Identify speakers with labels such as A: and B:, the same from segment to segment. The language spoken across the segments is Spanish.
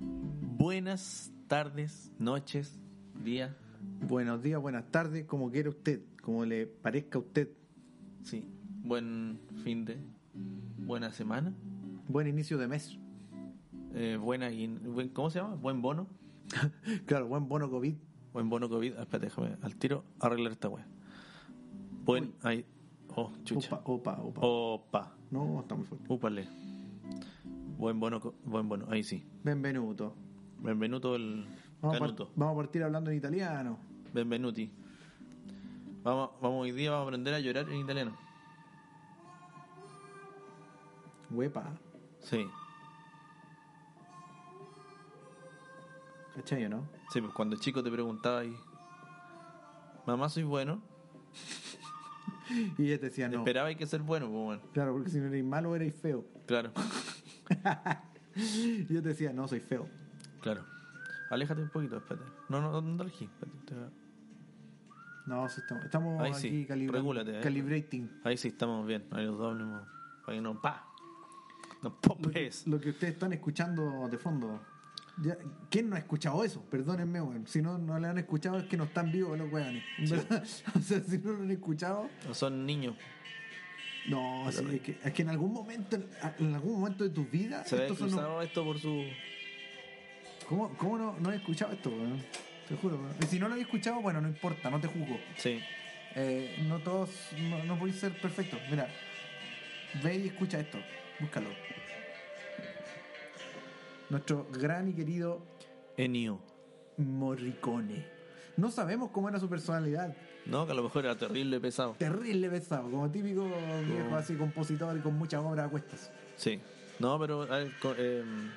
A: Buenas tardes, noches, día.
B: Buenos días, buenas tardes, como quiera usted, como le parezca a usted.
A: Sí, buen fin de. Buena semana.
B: Buen inicio de mes.
A: Eh, buena, guin- buen, ¿Cómo se llama? Buen bono.
B: Claro, buen bono COVID.
A: Buen bono COVID. Ah, Espérate, déjame al tiro arreglar esta wea. Buen. Ay, oh, chucha.
B: Opa, opa, opa.
A: Oh. Opa.
B: No, está muy fuerte.
A: Úpale. Buen bono. co- Buen bono. Ahí sí.
B: Benvenuto.
A: Benvenuto el.
B: Vamos a, par-
A: Canuto.
B: vamos a partir hablando en italiano.
A: Benvenuti. Vamos, vamos hoy día vamos a aprender a llorar en italiano.
B: Huepa.
A: Sí.
B: ¿Cachai o no?
A: Sí, pues cuando chico te preguntaba y. Mamá, soy bueno.
B: Y ella te decía no.
A: Esperaba hay que ser bueno, pues bueno.
B: Claro, porque si no eres malo, eres feo.
A: Claro,
B: Y ella te decía, no, soy feo.
A: claro. Aléjate un poquito, espérate. No, no, no, no, aquí, espérate, te va-
B: No, sí estamos, estamos
A: Ahí sí,
B: aquí calibra-
A: regúlate, eh.
B: calibrating.
A: Ahí sí estamos bien. Ahí los doblemos. Ahí no, pa. No popes.
B: Lo que ustedes están escuchando de fondo. Ya- ¿Quién no ha escuchado eso? Perdónenme, weón. Si no, no lo han escuchado es que no están vivos los weones. En verdad. o sea, si no lo han escuchado,
A: No son niños.
B: No, sí, es, que, es que en algún momento, en algún momento de tu vida,
A: Se ve
B: esto sonó-
A: cruzado esto por su.
B: ¿Cómo, cómo no, no he escuchado esto, weón? Te juro, weón. Y si no lo he escuchado, bueno, no importa, no te juzgo.
A: Sí.
B: Eh, no todos, no, no podéis ser perfectos. Mira, ve y escucha esto, búscalo. Nuestro gran y querido
A: Enio.
B: Morricone. No sabemos cómo era su personalidad.
A: No, que a lo mejor era terrible pesado.
B: Terrible pesado, como típico viejo así compositor y con muchas obras a cuestas.
A: Sí. No, pero. a ver, co- em,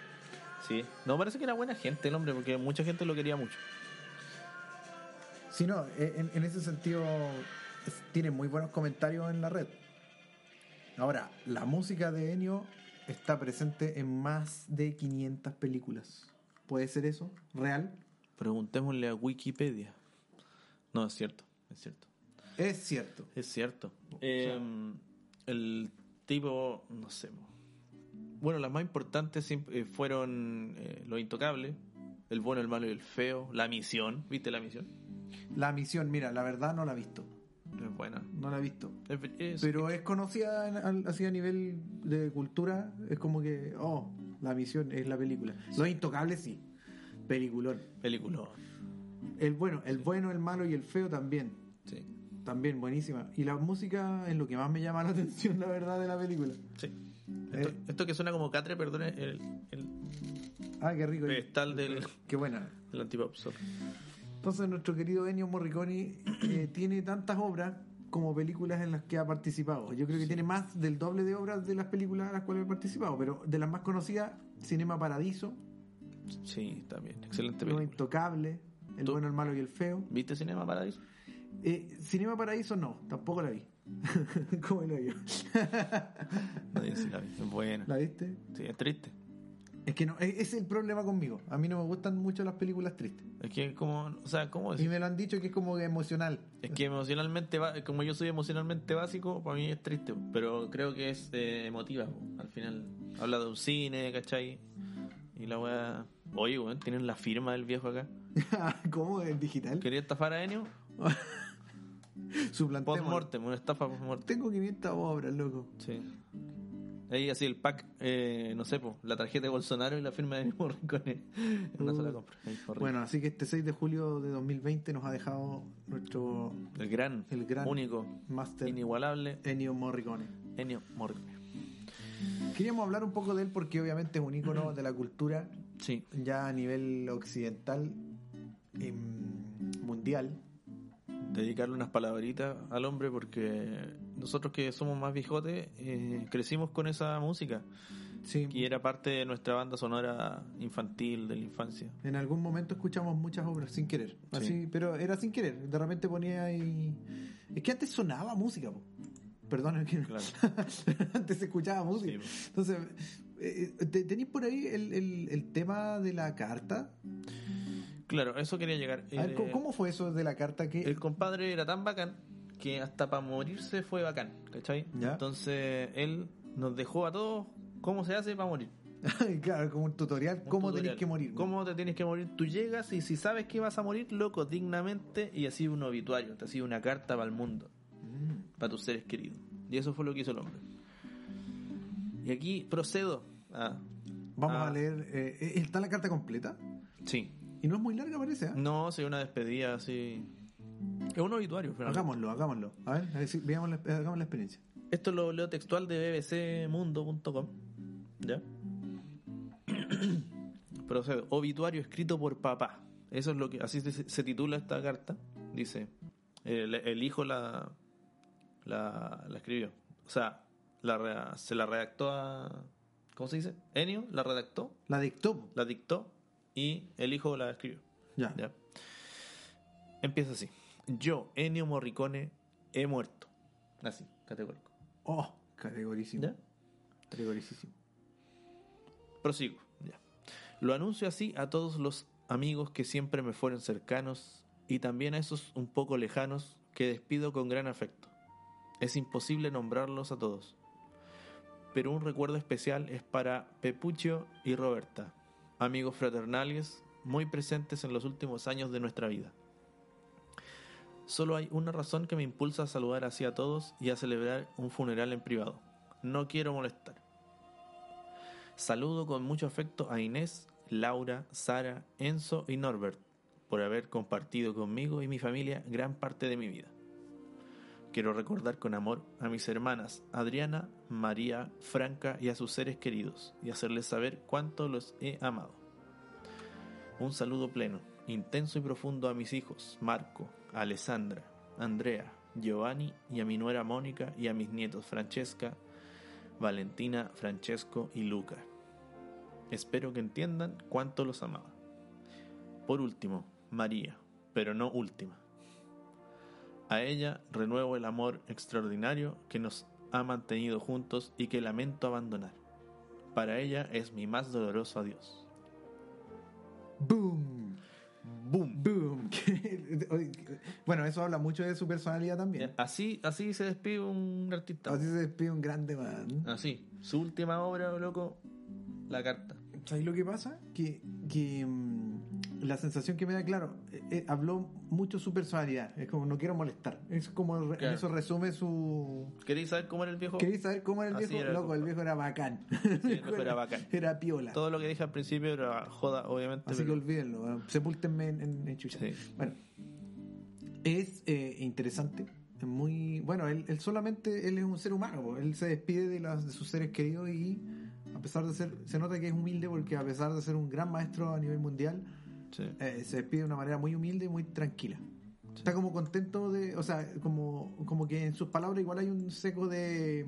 A: sí. No, parece que era buena gente el hombre, porque mucha gente lo quería mucho.
B: Sí, no, e, en, en ese sentido es- tiene muy buenos comentarios en la red. Ahora, la música de Ennio está presente en más de 500 películas. ¿Puede ser eso? ¿Real?
A: Preguntémosle a Wikipedia. No, es cierto, es cierto.
B: Es cierto.
A: Es cierto. Eh, el tipo, no sé. po. Bueno, las más importantes siemp- eh, fueron eh, Los Intocables, El Bueno, el Malo y el Feo, La Misión. ¿Viste La Misión?
B: La misión, mira, la verdad no la he visto.
A: Es buena.
B: No la he visto.
A: Es- es-
B: Pero es conocida en- al- así a nivel de cultura. Es como que, oh, la misión es la película. Los intocables sí. Peliculón.
A: película.
B: El bueno, el bueno, el malo y el feo también.
A: Sí.
B: También buenísima. Y la música es lo que más me llama la atención, la verdad, de la película.
A: sí. Esto,
B: Eh.
A: esto que suena como catre, perdón, el, el
B: Ah, qué rico.
A: pedestal del,
B: Qué buena.
A: del antipop. sorry.
B: Entonces nuestro querido Ennio Morricone eh, tiene tantas obras como películas en las que ha participado. Yo creo que tiene más del doble de obras de las películas a las cuales ha participado, pero de las más conocidas, Cinema Paradiso,
A: Sí, también. Excelente
B: Lo
A: película.
B: Intocable, El
A: Tú-
B: Bueno, el Malo y el Feo.
A: ¿Viste Cinema Paradiso?
B: Eh, Cinema Paradiso no, tampoco la vi. ¿Cómo la vi?
A: Nadie se la viste. Es buena.
B: ¿La viste?
A: Sí, es triste.
B: Es que no, e- ese es el problema conmigo. A mí no me gustan mucho las películas tristes.
A: Es que como, o sea, ¿cómo
B: Y
A: decir?
B: me lo han dicho que es como que emocional.
A: Es que emocionalmente, va- como yo soy emocionalmente básico, para mí es triste, pero creo que es eh, emotiva. po. Al final habla de un cine, ¿cachai? Y la weá... Oye, weón, tienen la firma del viejo acá.
B: ¿Cómo es digital?
A: ¿Quería estafar a Enio?
B: Suplantemos.
A: Post-mortem, una estafa post-mortem.
B: Tengo 500 obras, loco.
A: Sí. Ahí así el pack, eh, no sé, po, la tarjeta de Bolsonaro y la firma de Ennio Morricone en una
B: Uh.
A: sola compra. Ahí, horrible.
B: Bueno, así que este 6 de julio de 2020 nos ha dejado nuestro
A: el gran,
B: el gran-
A: único,
B: máster
A: inigualable
B: Ennio Morricone.
A: Ennio Morricone.
B: Queríamos hablar un poco de él porque obviamente es un ícono de la cultura
A: Sí,
B: ya a nivel occidental, em, mundial,
A: dedicarle unas palabritas al hombre porque nosotros que somos más viejotes eh, crecimos con esa música
B: Sí.
A: y era parte de nuestra banda sonora infantil de la infancia.
B: En algún momento escuchamos muchas obras sin querer. Así, pero era sin querer. De repente ponía ahí. Es que antes sonaba música, po. Perdona que
A: Claro.
B: antes se escuchaba música.
A: Sí,
B: Entonces, eh, eh, te- ¿tenéis por ahí el, el- el tema de la carta?
A: Claro, eso quería llegar.
B: A ver,
A: Eh,
B: ¿cómo- ¿Cómo fue eso de la carta que
A: El compadre era tan bacán que hasta para morirse fue bacán, ¿cachai?
B: Ya.
A: Entonces él nos dejó a todos cómo se hace para morir.
B: claro, como un tutorial,
A: Un
B: cómo
A: tutorial.
B: tenés que morir.
A: ¿Cómo te tienes que morir? Tú llegas y si sabes que vas a morir, loco, dignamente y así un obituario, te sido una carta para el mundo,
B: Mm.
A: para tus seres queridos. Y eso fue lo que hizo el hombre. Y aquí procedo. Ah,
B: Vamos
A: Ah.
B: a leer. eh, está la carta completa.
A: sí.
B: Y no es muy larga, parece. ¿eh?
A: No, sería una despedida así. Es un obituario, finalmente.
B: Hagámoslo, hagámoslo. A ver, a ver si- veamos la, hagamos la experiencia.
A: Esto lo leo textual de bbcmundo.com. ¿Ya? Procedo. Obituario escrito por papá. Eso es lo que. Así se, se titula esta carta. Dice. El, el hijo la, la. la escribió. O sea, la, rea- se la redactó a. ¿Cómo se dice? Enio la redactó,
B: La dictó. po.
A: la dictó y el hijo la escribió.
B: Ya.
A: ¿Ya? Empieza así. Yo, Ennio Morricone, he muerto. Así, categórico.
B: Oh, categorísimo.
A: ¿Ya?
B: Categorísimo.
A: Prosigo. Ya. Lo anuncio así a todos los amigos que siempre me fueron cercanos y también a esos un poco lejanos que despido con gran afecto. Es imposible nombrarlos a todos. Pero un recuerdo especial es para Pepucho y Roberta, amigos fraternales muy presentes en los últimos años de nuestra vida. Solo hay una razón que me impulsa a saludar así a todos y a celebrar un funeral en privado. No quiero molestar. Saludo con mucho afecto a Inés, Laura, Sara, Enzo y Norbert por haber compartido conmigo y mi familia gran parte de mi vida. Quiero recordar con amor a mis hermanas Adriana, María, Franca y a sus seres queridos y hacerles saber cuánto los he amado. Un saludo pleno, intenso y profundo a mis hijos Marco, Alessandra, Andrea, Giovanni y a mi nuera Mónica y a mis nietos Francesca, Valentina, Francesco y Luca. Espero que entiendan cuánto los amaba. Por último, María, pero no última. A ella renuevo el amor extraordinario que nos ha mantenido juntos y que lamento abandonar. Para ella es mi más doloroso adiós.
B: Boom.
A: ¡Boom!
B: Boom. bueno, eso habla mucho de su personalidad también.
A: Así, así se despide un artista.
B: Así se despide un grande man.
A: Así. Su última obra, loco, la carta.
B: ¿Sabes lo que pasa? Que, que, mm, la sensación que me da, claro, eh, eh, habló mucho su personalidad. Es como, no quiero molestar. Es como, re-
A: Claro.
B: eso resume su...
A: ¿Queréis saber cómo era el viejo?
B: ¿Queréis saber cómo era el
A: Así
B: viejo?
A: era el
B: Loco, el
A: compa.
B: viejo era bacán.
A: el viejo era bacán.
B: Era piola.
A: Todo lo que dije al principio era joda, obviamente.
B: Así que
A: pero-
B: olvídenlo. bueno, Sepúltenme en, en, en chucha.
A: Sí.
B: Bueno, es eh, interesante. Es muy. Bueno, él, él solamente él es un ser humano. po, Él se despide de, las- de sus seres queridos y, a pesar de ser. Se nota que es humilde porque, a pesar de ser un gran maestro a nivel mundial,
A: Sí.
B: eh, se despide de una manera muy humilde y muy tranquila. Está como contento de. O sea, como, como que en sus palabras igual hay un seco de.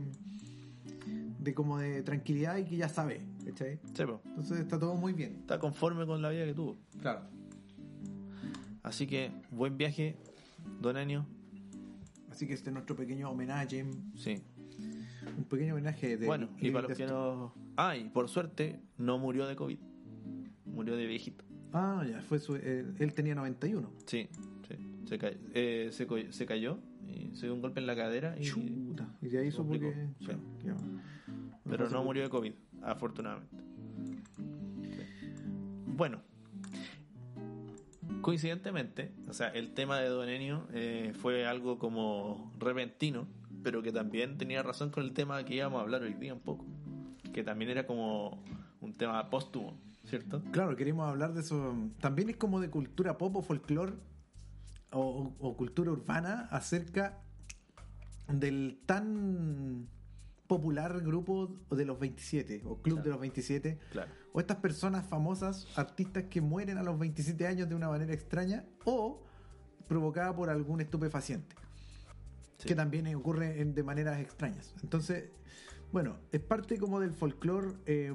B: de como de tranquilidad y que ya sabe. ¿cachai?
A: Sí, po.
B: Entonces está todo muy bien.
A: Está conforme con la vida que tuvo.
B: Claro.
A: Así que, buen viaje, don Enio.
B: Así que este es nuestro pequeño homenaje, un
A: Sí.
B: pequeño homenaje de...
A: bueno, y
B: de-
A: para los
B: de-
A: que no. Ah, y por suerte, no murió de COVID. Murió de viejito.
B: Ah, ya, fue su... eh, él tenía 91.
A: Sí, sí. Se, ca- eh, se, co- se cayó y se dio un golpe en la cadera. Y...
B: Chuta. Y de ahí supo
A: complicó,
B: que...
A: sí.
B: bueno, que- bueno,
A: Pero
B: fue
A: no
B: su-
A: murió de COVID, afortunadamente. Sí. Bueno, coincidentemente, o sea, el tema de Don Enio eh, fue algo como repentino, pero que también tenía razón con el tema que íbamos a hablar hoy día un poco, que también era como un tema póstumo, ¿cierto?
B: Claro, queremos hablar de eso. También es como de cultura pop o folclore o, o- o cultura urbana acerca del tan popular grupo de los 27 o club de
A: Claro.
B: los 27
A: Claro.
B: O estas personas famosas, artistas que mueren a los 27 años de una manera extraña. O provocada por algún estupefaciente,
A: Sí.
B: que también ocurre en- de maneras extrañas. Entonces, bueno, es parte como del folclore eh,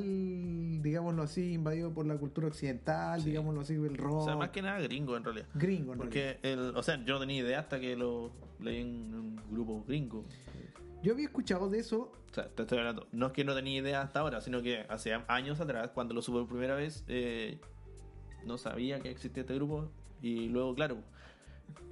B: mundial, digámoslo así, invadido por la cultura occidental,
A: Sí.
B: digámoslo así, el rock.
A: O sea, más que nada gringo en realidad.
B: Gringo, en realidad.
A: Porque, el, o sea, yo no tenía idea hasta que lo leí en un grupo gringo.
B: Yo había escuchado de eso,
A: O sea, te estoy hablando. No es que no tenía idea hasta ahora, sino que hace años atrás, cuando lo supe por primera vez, eh, no sabía que existía este grupo. Y luego, claro,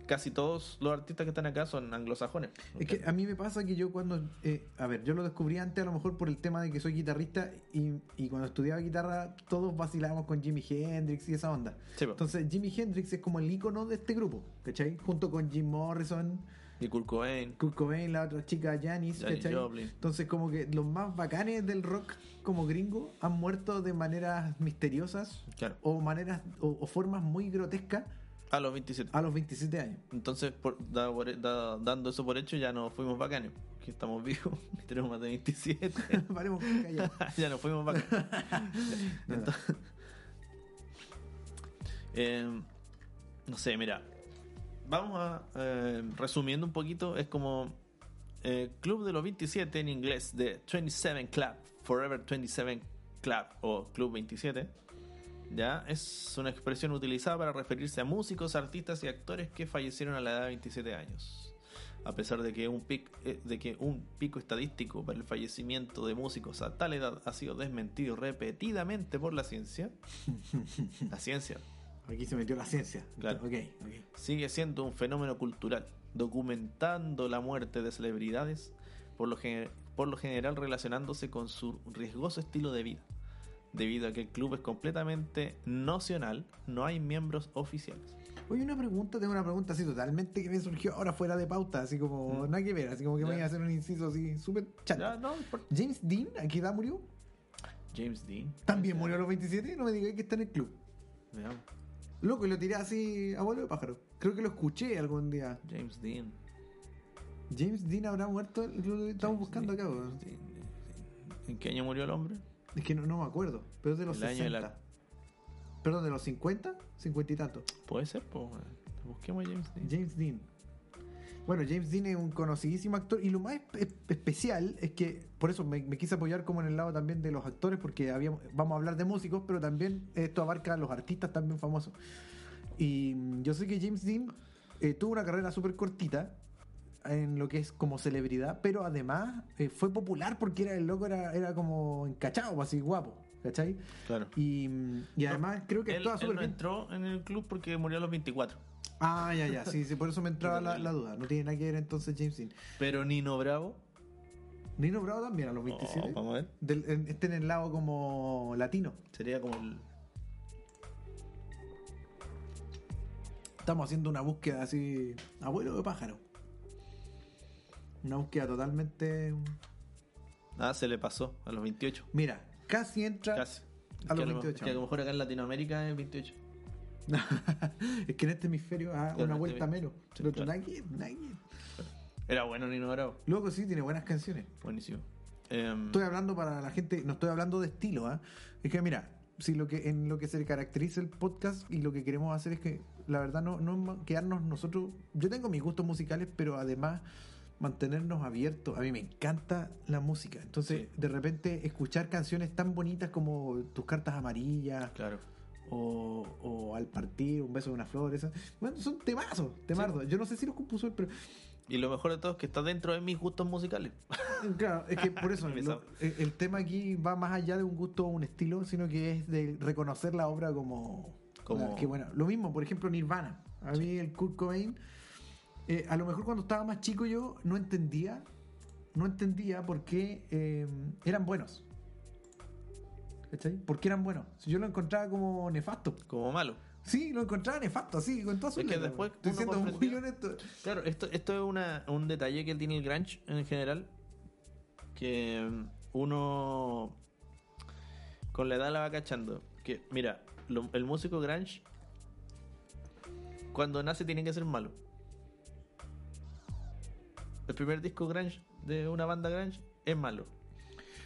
A: casi todos los artistas que están acá son anglosajones.
B: Es que a mí me pasa que yo cuando... eh, a ver, yo lo descubrí antes a lo mejor por el tema de que soy guitarrista y, y cuando estudiaba guitarra todos vacilábamos con Jimi Hendrix y esa onda.
A: Sí, po.
B: Entonces Jimi Hendrix es como el icono de este grupo, ¿cachai? Junto con Jim Morrison,
A: Y Kurt Cobain.
B: Kurt Cobain, la otra chica Janis,
A: Janis
B: ¿cachai?
A: Joplin.
B: Entonces como que los más bacanes del rock como gringo han muerto de maneras misteriosas
A: Claro.
B: o maneras o, o formas muy grotescas
A: A los 27.
B: a los 27 años.
A: Entonces, por, da- por- da- dando eso por hecho, ya no fuimos bacanes. Que estamos vivos. Tenemos más de 27.
B: Paremos con callar.
A: ya no fuimos bacanes. Entonces- Eh, no sé, mira. Vamos a. eh, resumiendo un poquito, es como. eh, Club de los 27 en inglés, de 27 Club, Forever 27 Club o Club 27. Ya, es una expresión utilizada para referirse a músicos, artistas y actores que fallecieron a la edad de 27 años. A pesar de que un pic- eh, de que un pico estadístico para el fallecimiento de músicos a tal edad ha sido desmentido repetidamente por la ciencia, la ciencia
B: Aquí se metió la ciencia.
A: Claro.
B: Ok, ok.
A: sigue siendo un fenómeno cultural, documentando la muerte de celebridades, por lo, gen- por lo general relacionándose con su riesgoso estilo de vida. Debido a que el club es completamente nocional, no hay miembros oficiales.
B: Oye, una pregunta, tengo una pregunta así totalmente que me surgió ahora fuera de pauta, así como
A: Mm.
B: nada que ver, así como que me
A: Ya.
B: voy a hacer un inciso así súper
A: Ya,
B: chato.
A: no importa.
B: James Dean, ¿a qué edad murió?
A: James Dean.
B: También murió a los 27, no me digas que está en el club.
A: Veamos.
B: Loco, y lo tiré así a vuelo de pájaro. Creo que lo escuché algún día.
A: James Dean.
B: James Dean habrá muerto, lo lo estamos
A: James
B: buscando
A: Dean,
B: acá. weón.
A: James Dean, James Dean. ¿En qué año murió el hombre?
B: Es que no, no me acuerdo, pero es de los
A: El año de
B: 60.
A: la-
B: Perdón, de los 50, 50 y tanto.
A: Puede ser, po, weón. Busquemos a James Dean.
B: James Dean. Bueno, James Dean es un conocidísimo actor y lo más espe- especial es que, por eso me, me quise apoyar como en el lado también de los actores, porque habíamos, vamos a hablar de músicos, pero también esto abarca a los artistas también famosos. Y mm, yo sé que James Dean eh, tuvo una carrera súper cortita en lo que es como celebridad, pero además eh, fue popular porque era el loco, era, era como encachado, así guapo, ¿cachai?
A: Claro.
B: Y, mm, y además creo que
A: Él,
B: actuaba
A: él
B: súper
A: no
B: bien.
A: entró en el club porque murió a los 24.
B: Ah, ya, ya, sí, sí, por eso me entraba la, la duda. No tiene nada que ver entonces James Dean.
A: Pero Nino Bravo.
B: Nino Bravo también a los 27.
A: Oh, vamos a ver.
B: Del- en- está en el lado como latino.
A: Sería como el.
B: Estamos haciendo una búsqueda así, abuelo de pájaro. Una búsqueda totalmente.
A: Ah, se le pasó a los 28.
B: Mira, casi entra.
A: Casi.
B: A los
A: que lo-
B: 28.
A: que a lo mejor acá en Latinoamérica es 28.
B: es que en este hemisferio ah,
A: Claro,
B: una
A: este
B: vuelta
A: hemisferio.
B: menos.
A: Sí,
B: Pero
A: claro.
B: nada que- nada que-
A: Era bueno Nino Bravo.
B: Loco, sí, tiene buenas canciones.
A: Buenísimo. Em,
B: Estoy hablando para la gente, no estoy hablando de estilo, ¿ah? Es que mira, si lo que, en lo que se caracteriza el podcast y lo que queremos hacer es que, la verdad, no, no ma- quedarnos nosotros. Yo tengo mis gustos musicales, pero además mantenernos abiertos. A mí me encanta la música. Entonces, de repente, escuchar canciones tan bonitas como Tus cartas amarillas
A: Claro.
B: o, o Al partir, Un beso de una flor, esas. Bueno, son temazos, temardos. Yo no sé si los compuso él, pero
A: Y lo mejor de todo es que está dentro de mis gustos musicales.
B: Claro, es que por eso
A: Empezamos.
B: lo- el, el tema aquí va más allá de un gusto o un estilo, sino que es de reconocer la obra como.
A: Como-
B: Que bueno, lo mismo, por ejemplo, Nirvana. A mí el Kurt Cobain, eh, a lo mejor cuando estaba más chico yo no entendía, no entendía por qué eh, eran buenos. ¿Cachai? ¿Por qué eran buenos? Si yo lo encontraba como nefasto.
A: Como malo.
B: Sí, lo encontraba nefasto, así, con todas sus
A: Es que
B: letras,
A: después
B: Estoy
A: uno
B: siendo muy
A: comprendió-
B: honesto.
A: Claro, esto, esto es una- un detalle que tiene el grunge en general. Que mm, uno con la edad la va cachando. Que mira, lo- el músico grunge cuando nace tiene que ser malo. El primer disco grunge de una banda grunge es malo.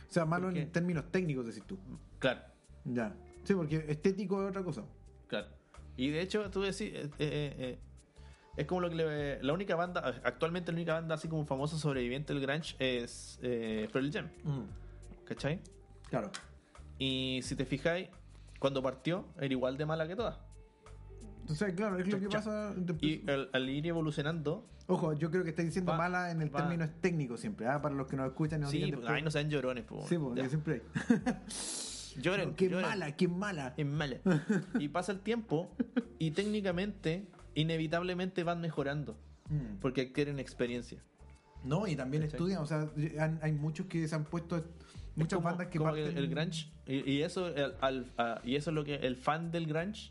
B: O sea, malo
A: ¿Por qué?
B: en términos técnicos, decís tú.
A: Claro,
B: Ya. Sí, porque estético es otra cosa.
A: claro. Y de hecho tú decís, eh, eh, eh, eh, Es como lo que le, la única banda, actualmente la única banda así como famosa sobreviviente del grunge es eh, Pearl Jam,
B: Mm,
A: ¿cachai?
B: claro.
A: Y si te fijáis, cuando partió era igual de mala que todas.
B: Entonces, claro, es lo que
A: Chucha.
B: pasa.
A: Y al, al ir evolucionando,
B: Ojo, yo creo que está diciendo
A: Va,
B: mala en el
A: va.
B: término técnico siempre, ¿ah? para los que nos escuchan y nos
A: sí, pues,
B: digan después.
A: ay, no sean llorones, po,
B: Sí, porque
A: ya.
B: siempre hay.
A: lloren,
B: qué
A: lloren.
B: mala, qué mala.
A: Es mala. Y pasa el tiempo y técnicamente, inevitablemente van mejorando
B: Mm.
A: porque adquieren experiencia.
B: No, y también
A: ¿Cachai?
B: estudian, o sea, han- hay muchos que se han puesto, muchas
A: Es como-
B: bandas que
A: como
B: parten-
A: el grunge y, y eso el- al- a- y eso es lo que el fan del grunge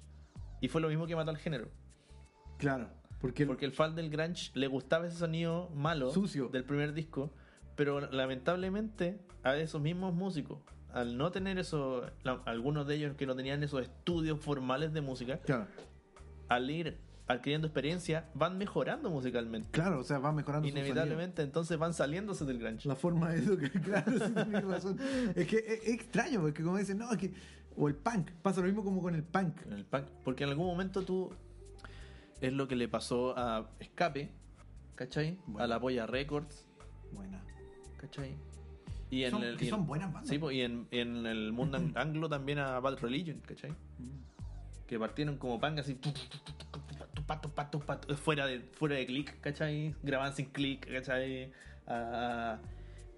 A: y fue lo mismo que mató al género
B: Claro, porque, el-
A: porque el fan del grunge le gustaba ese sonido malo
B: Sucio.
A: del primer disco pero lamentablemente a esos mismos músicos al no tener eso la- algunos de ellos que no tenían esos estudios formales de música
B: claro,
A: al ir adquiriendo experiencia van mejorando musicalmente
B: claro, o sea, va mejorando su
A: inevitablemente entonces van saliéndose del grunge
B: sonido. La forma de eso, que, claro, sí, tienes razón. Es que es, es extraño, porque como dicen, no, es que. O el punk, pasa lo mismo como con el punk.
A: En el pack. Porque en algún momento tú. Es lo que le pasó a Escape, ¿cachai?
B: Bueno.
A: A la Polla Records,
B: Buena.
A: ¿cachai? Y en
B: Son-
A: el,
B: que
A: y en-
B: son buenas bandas.
A: Sí, pues. po, y en, y en el mundo ang- anglo también a Bad Religion, ¿cachai? Que partieron como punk así. tu, tu, tu, tu, tu, tu, pa, tu, pa, tu, pa, tu, eh, Fuera de, fuera de click, ¿cachai? Graban sin click, ¿cachai? A- a-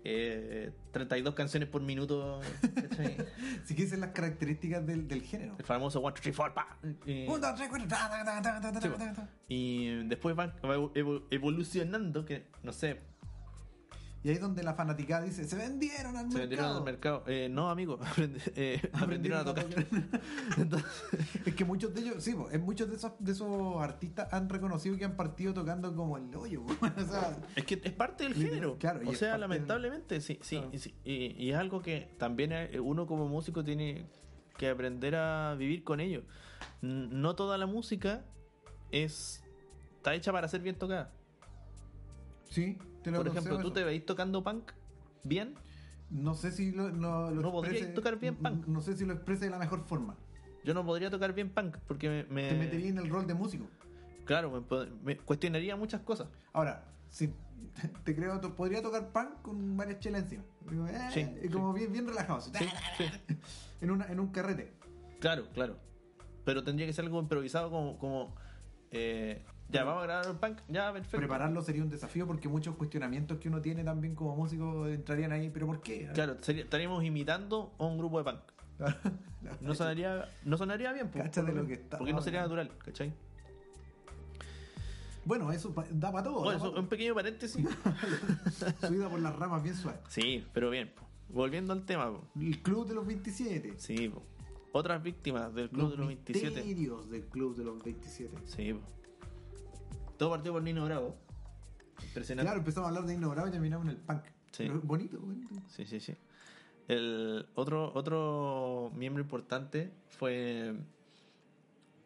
A: eh, 32 canciones por minuto, ¿cachai?
B: Así que esas son las características del, del género.
A: el famoso 1, 2, 3, 4, pa. eh,
B: Un, dos, tres, cuatro, ta, ta, ta, ta, ta, ta, ta,
A: pues.
B: ta, ta.
A: Y después van va evo- evolucionando, que no sé,
B: Y ahí es donde la fanaticada dice, se vendieron al
A: se vendieron
B: mercado.
A: al mercado. Eh, no, amigo, aprend- eh, aprendieron a tocar. Entonces,
B: Es que muchos de ellos, sí, po, es muchos de esos, de esos artistas han reconocido que han partido tocando como el hoyo. po. O sea,
A: es que es parte del
B: Literal,
A: género.
B: claro, y
A: o
B: es
A: sea,
B: parte del-
A: lamentablemente, sí, sí,
B: Claro.
A: y sí, y, y es algo que también eh, uno como músico tiene que aprender a vivir con ello. N- No toda la música es está hecha para ser bien tocada.
B: sí, te lo
A: Por ejemplo, tú
B: aconsejo eso.
A: te veis tocando punk bien,
B: No sé si lo, no, lo
A: No podrías
B: exprese-
A: tocar bien punk.
B: No sé si lo exprese de la mejor forma.
A: yo no podría tocar bien punk porque me, me-
B: Te metería en el rol de músico.
A: claro, me pod- me cuestionaría muchas cosas.
B: Ahora, si te, te creo, to- podría tocar punk con varias chelas encima. Digo, eh,
A: Sí,
B: y como bien, bien relajado. así,
A: Sí, sí.
B: En, una, en un carrete.
A: Claro, claro. Pero tendría que ser algo improvisado como... como eh, ya, vamos a grabar un punk. Ya, perfecto.
B: Prepararlo sería un desafío porque muchos cuestionamientos que uno tiene también como músico entrarían ahí. ¿Pero por qué?
A: Claro, sería- estaríamos imitando a un grupo de punk.
B: La-
A: No sonaría, no sonaría bien. po,
B: Cacha de
A: por
B: lo
A: menos,
B: que está-
A: Porque no sería
B: ah,
A: natural, ¿cachai?
B: Bueno, eso pa- da para todo.
A: Bueno,
B: da pa'
A: eso- un pequeño paréntesis.
B: todo. Subida por las ramas bien suave.
A: sí, pero bien. po. Volviendo al tema. po.
B: El club de los 27.
A: Sí, po. Otras víctimas del Club de los 27.
B: misterios del club de los 27.
A: Sí, po. Todo partió por Nino Bravo. Impresionante.
B: Claro, empezamos a hablar de ignorado y terminamos en el punk.
A: Sí.
B: Pero es bonito, bonito.
A: Sí, sí, sí. El otro, otro miembro importante fue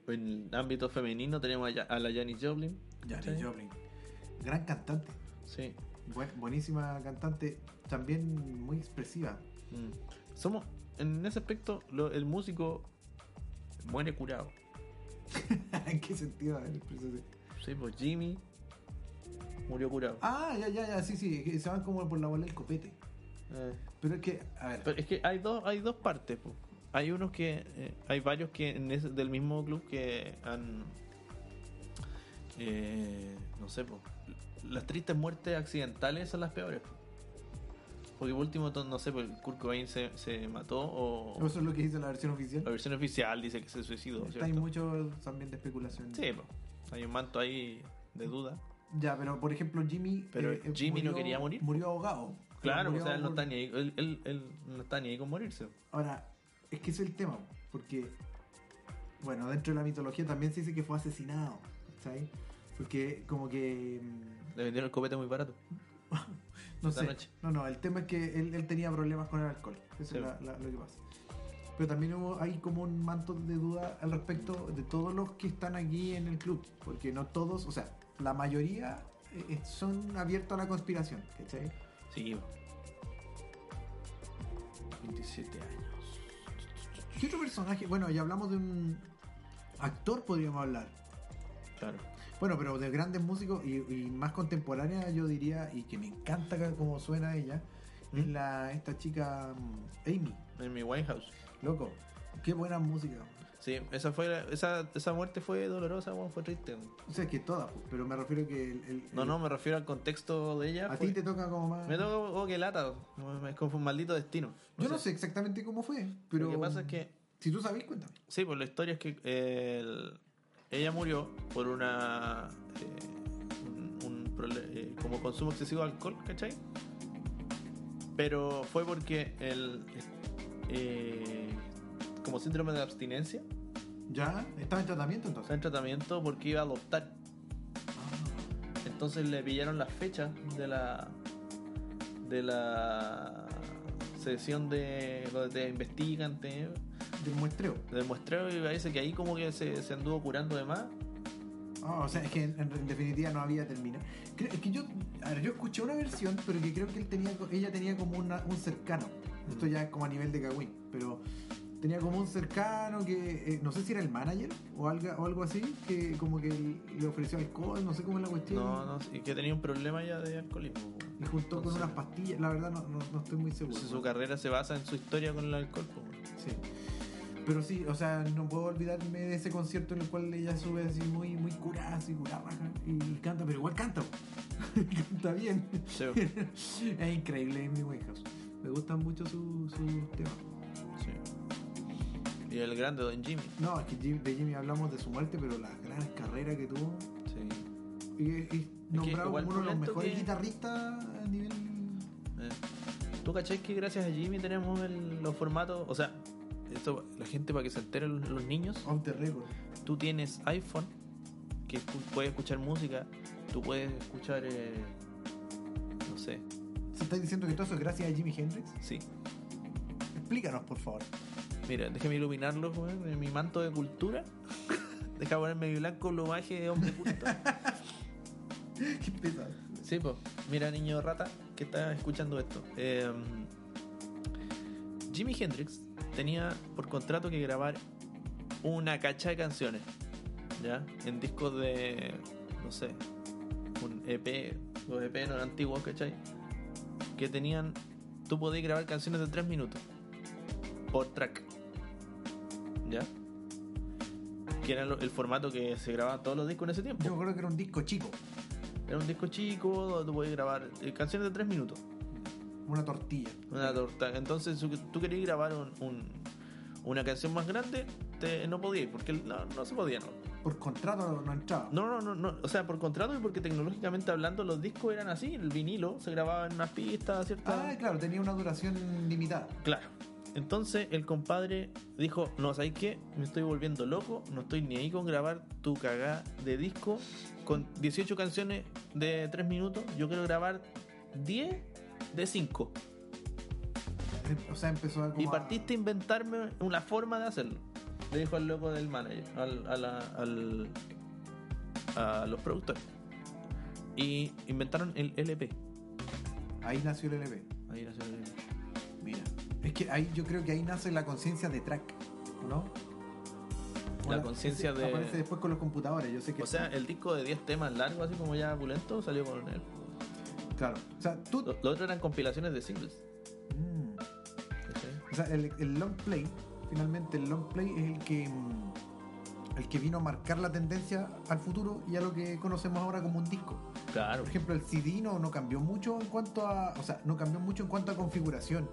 A: en el ámbito femenino tenemos a, Ya- a la Janis Joplin.
B: Janis
A: Sí.
B: Joplin. Gran cantante.
A: Sí.
B: Buen- buenísima cantante. También muy expresiva.
A: Mm. Somos, en ese aspecto, lo- el músico muere curado.
B: ¿En qué sentido? El expreso-
A: Sí, pues Jimmy murió curado.
B: Ah, ya, ya, ya. Sí, sí. que Se van como por la bola del copete.
A: Eh,
B: Pero es que, a ver.
A: Pero es que hay dos, hay dos partes. po. Hay unos que, eh, hay varios que en ese- del mismo club que han, eh, no sé, po. las tristes muertes accidentales son las peores. po. Porque por último, to- no sé, po, el Kurt Cobain se, se mató o
B: Eso es lo que dice la versión oficial.
A: la versión oficial dice que se suicidó.
B: Está hay
A: ¿cierto?
B: mucho también de especulación.
A: Sí, po. hay un manto ahí de duda.
B: Ya, pero por ejemplo Jimmy... eh,
A: Pero Jimmy no quería morir.
B: Murió ahogado.
A: Claro,
B: Murió
A: o sea, él no
B: por-
A: está ni ahí, él- él- él no está ni ahí con morirse.
B: Ahora, es que ese es el tema, porque, bueno, dentro de la mitología también se dice que fue asesinado, ¿sabes? Porque como que... mm,
A: Le vendieron el copete muy barato.
B: No
A: Esa
B: sé.
A: noche.
B: No, no, el tema es que él, él tenía problemas con el alcohol. Eso
A: Sí.
B: es la- la- lo que pasa. Pero también hubo- hay como un manto de duda al respecto de todos los que están aquí en el club, porque no todos, o sea, la mayoría eh, eh, son abiertos a la conspiración, ¿cachai?
A: Sí. po. 27 años.
B: ¿Qué otro personaje? Bueno, ya hablamos de un actor, podríamos hablar.
A: Claro.
B: Bueno, pero de grandes músicos y, y más contemporánea, yo diría, y que me encanta ca- cómo suena ella,
A: ¿Mm?
B: es la, esta chica mm, Amy.
A: En mi Winehouse.
B: Loco, qué buena música.
A: Sí, esa fue la- esa, esa muerte fue dolorosa, weón, fue triste. weón.
B: O sea, es que todas, pues, pero me refiero que. El, el-
A: No,
B: el-
A: no, me refiero al contexto de ella.
B: A
A: fue-
B: ti te toca como más.
A: Me toca oh, que lata, weón, es como un maldito destino.
B: Yo no sé exactamente cómo fue, pero.
A: Lo que pasa es que
B: Si tú sabes, cuéntame.
A: Sí, pues la historia es que eh, el- ella murió por una. eh, un, un prole- eh, como consumo excesivo de alcohol, ¿cachai? Pero fue porque el. eh, como síndrome de abstinencia,
B: ¿Ya? ¿Estaba en tratamiento
A: está
B: entonces?
A: en tratamiento porque iba a adoptar.
B: Ah,
A: Entonces le pillaron las fechas de la. de la. sesión de. donde te investigan, te-
B: del muestreo.
A: del muestreo y parece que ahí como que se, se anduvo curando de más.
B: Ah, o sea, es que en, en definitiva no había terminado. Creo- es que yo, a ver, yo escuché una versión, pero que creo que él tenía, co- ella tenía como una- un cercano.
A: Mm.
B: Esto ya es como a nivel de Cagüín, pero tenía como un cercano que eh, no sé si era el manager o algo, o algo así, que como que le ofreció alcohol, no sé cómo es la cuestión.
A: No, no, y que tenía un problema ya de alcoholismo. po.
B: Y juntó con
A: Entonces-
B: unas pastillas, la verdad no, no- no estoy muy seguro.
A: Entonces, su carrera se basa en su historia con el alcohol. po.
B: Sí. Pero sí, o sea, no puedo olvidarme de ese concierto en el cual ella sube así muy, muy curada, así curada, baja, y canta, pero igual canta. po. canta bien.
A: Sí,
B: es increíble Amy Winehouse. Me gustan mucho sus sus temas.
A: sí. Y el grande Don Jimmy.
B: No, es que Jim- de Jimmy hablamos de su muerte, pero la gran carrera que tuvo.
A: Sí.
B: Y es, es nombrado
A: igual
B: como uno de los
A: momento
B: mejores
A: que-
B: guitarristas a nivel.
A: Eh, ¿Tú cachás que gracias a Jimmy tenemos el- los formatos? O sea, esto la gente para que se enteren los- los niños.
B: Off the record.
A: Tú tienes iPhone que escu- puedes escuchar música. Tú puedes escuchar, eh, no sé,
B: ¿Se está diciendo que todo eso es gracias a Jimi Hendrix?
A: sí.
B: Explícanos, por favor.
A: Mira, déjame iluminarlo weón, en mi manto de cultura. Deja ponerme mi blanco lomaje de hombre culto.
B: Qué pesado.
A: Sí, pues, mira, niño rata, que está escuchando esto. Eh, Jimi Hendrix tenía por contrato que grabar una cacha de canciones, ¿ya? En discos de, no sé, un E EP, los EP no eran antiguos, ¿cachai? Que tenían, tú podías grabar canciones de 3 minutos por track, ¿ya? Que era lo- el formato que se grababa todos los discos en ese tiempo.
B: Yo creo que era un disco chico.
A: Era un disco chico donde tú podías grabar eh, canciones de 3 minutos.
B: Una tortilla.
A: Una torta. Entonces, si tú querías grabar un- un- una canción más grande, te- no podías, porque no, no se podía. No.
B: Por contrato no entraba.
A: No, no, no, no. o sea, por contrato y porque tecnológicamente hablando los discos eran así, el vinilo se grababa en unas pistas, ¿cierto?
B: Ah, claro, tenía una duración limitada.
A: Claro. Entonces el compadre dijo, no, ¿sabes qué? Me estoy volviendo loco, no estoy ni ahí con grabar tu cagá de disco con 18 canciones de 3 minutos, yo quiero grabar 10 de 5.
B: O sea, empezó a como
A: Y
B: a-
A: partiste a inventarme una forma de hacerlo. Le dijo al loco del manager, al, a, la- al- a los productores. Y inventaron el LP.
B: Ahí nació el LP.
A: Ahí nació el LP.
B: Mira. Es que ahí yo creo que ahí nace la conciencia de track, ¿no? O
A: La conciencia
B: ese-
A: de-
B: Aparece después con los computadores, yo sé que.
A: O sea, el disco de 10 temas largo, así como ya opulento, salió con él.
B: claro. O sea, tú.
A: Lo, lo otro eran compilaciones de singles.
B: Mm.
A: ¿cachai?
B: O sea, el, el long play, finalmente el long play es el que. mm, El que vino a marcar la tendencia al futuro y a lo que conocemos ahora como un disco.
A: Claro.
B: Por ejemplo, el CD no, no cambió mucho en cuanto a. O sea, no cambió mucho en cuanto a configuración.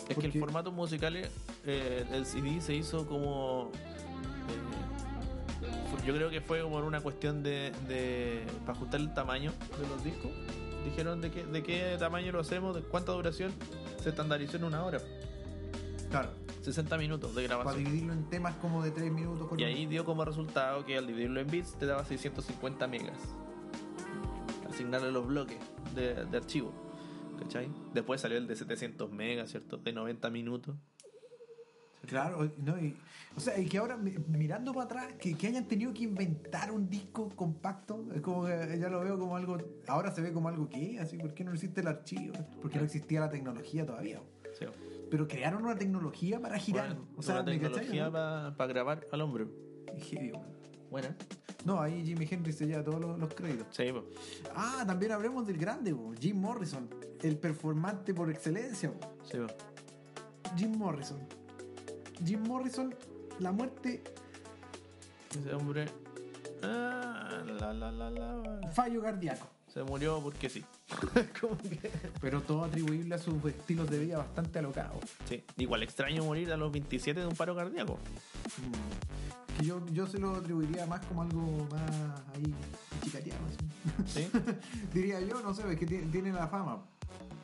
A: Es que el
B: Porque-
A: formato musical, es- eh, el CD se hizo como. eh, fu- yo creo que fue como una cuestión de. de para ajustar el tamaño de los discos. Dijeron de qué, de qué tamaño lo hacemos, de cuánta duración. Se estandarizó en una hora,
B: Claro.
A: 60 minutos de
B: Para
A: grabación.
B: dividirlo en temas como de 3 minutos. por
A: Y
B: lo
A: ahí dio como resultado que al dividirlo en bits te daba 650 megas. Asignarle los bloques de, de archivo. ¿Cachai? Después salió el de 700 megas, ¿cierto? De 90 minutos.
B: Claro, no, y- o sea, y que ahora mi- mirando para atrás, que, que hayan tenido que inventar un disco compacto, es como que ya lo veo como algo, ahora se ve como algo que, así, ¿por qué no existe el archivo? Porque no existía la tecnología todavía.
A: Sí.
B: Pero crearon una tecnología para girar.
A: Bueno,
B: o sea,
A: una
B: ¿me cachai,
A: tecnología
B: no?
A: para grabar al hombre.
B: Qué heavy, weón.
A: Buena.
B: No, ahí Jimi Hendrix se lleva todos los, los créditos.
A: Sí, po.
B: Ah, también hablemos del grande, po, Jim Morrison, el performante por excelencia. po.
A: Sí, po.
B: Jim Morrison. Jim Morrison, la muerte,
A: Ese hombre. Ah, la, la, la, la.
B: fallo cardíaco.
A: Se murió porque sí. Como que-
B: Pero todo atribuible a sus estilos de vida bastante alocados.
A: Sí. Igual extraño morir a los 27 de un paro cardíaco.
B: Mm. Que yo, yo se lo atribuiría más como algo más ahí chicateado. así.
A: Sí.
B: Diría yo, no sé, es que ti- tiene la fama.